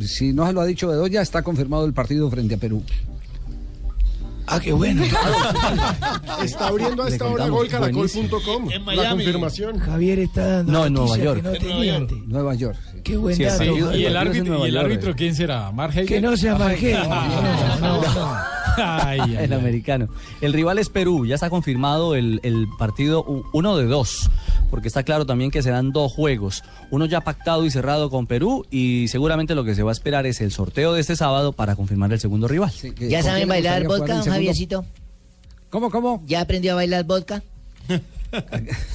Si no se lo ha dicho Bedoya, está confirmado el partido frente a Perú. Ah, qué bueno. Está abriendo a Le esta hora contamos. golcaracol.com. En La Miami. confirmación. Javier está dando No, en noticias Nueva que York. no tenía antes. Nueva York. sí. Qué buen Sí, dato. sí. Javier. ¿Y el, partido es en árbitro, Nueva ¿Y el York. árbitro quién será? ¿Mar Hager? Que no sea Margel. Ah, No, no, no. no. Ay, ay, El ay. americano. El rival es Perú. Ya está confirmado el, el partido u- uno de dos. Porque está claro también que serán dos juegos. Uno ya pactado y cerrado con Perú. Y seguramente lo que se va a esperar es el sorteo de este sábado para confirmar el segundo rival. Sí, que- ¿Ya ¿con saben quién le bailar gustaría jugar vodka, el don segundo? Javiercito? ¿Cómo, cómo? ¿Ya aprendió a bailar vodka?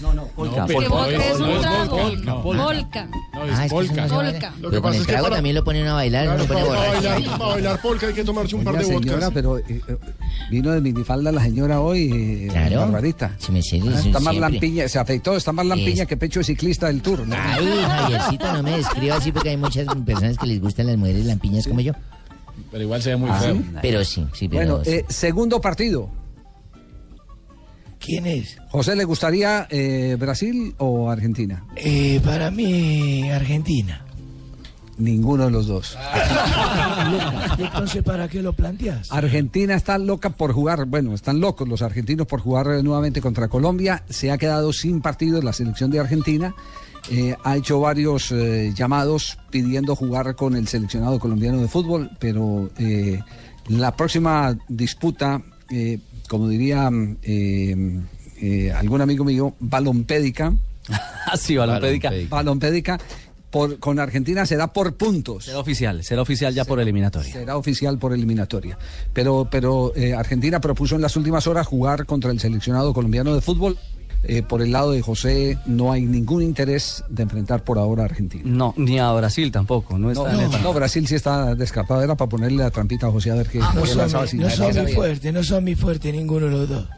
No, no, Polka. pero Que vodka no es no un trago. Volca, no, Volca. No, Ah, es es que eso Volca. no se baila. Polka. Lo que Pero con pasa el es que trago para- también lo ponen a bailar, Claro, uno pone para, borracho. bailar, para bailar polka hay que tomarse un par Oiga, de señora, vodkas. pero eh, eh, vino de minifalda la señora hoy, eh, Claro. Barbarita. Sí, me sigue, Ah, sí, está más siempre. lampiña, se afeitó, está más lampiña Es- Ah, que pecho de ciclista del Tour. ¿no? Ay, Javiercito, no me describa así porque hay muchas personas que les gustan las mujeres lampiñas como yo. Pero igual se ve muy Ah, feo. Pero sí, sí, pero bueno, sí. eh, segundo partido. ¿Quién es? José, ¿le gustaría eh, Brasil o Argentina? Eh, para mí, Argentina. Ninguno de los dos. ¿Y entonces para qué lo planteas? Argentina está loca por jugar, bueno, están locos los argentinos por jugar eh, nuevamente contra Colombia. Se ha quedado sin partido la selección de Argentina. Eh, ha hecho varios eh, llamados pidiendo jugar con el seleccionado colombiano de fútbol, pero eh, la próxima disputa, eh, como diría mm, eh, eh, algún amigo mío, balompédica, Así, Balompédica. balompédica por, con Argentina será por puntos. Será oficial, será oficial ya por eliminatoria. Será oficial por eliminatoria. Pero, pero eh, Argentina propuso en las últimas horas jugar contra el seleccionado colombiano de fútbol. Eh, por el lado de José no hay ningún interés de enfrentar por ahora a Argentina. No, ni a Brasil tampoco. No, No, está en el- no, Brasil sí está descartado. Era para ponerle la trampita a José a ver qué No qué son, lanzaba mi- sin no son saber qué muy era. fuertes, no son muy fuertes ninguno de los dos.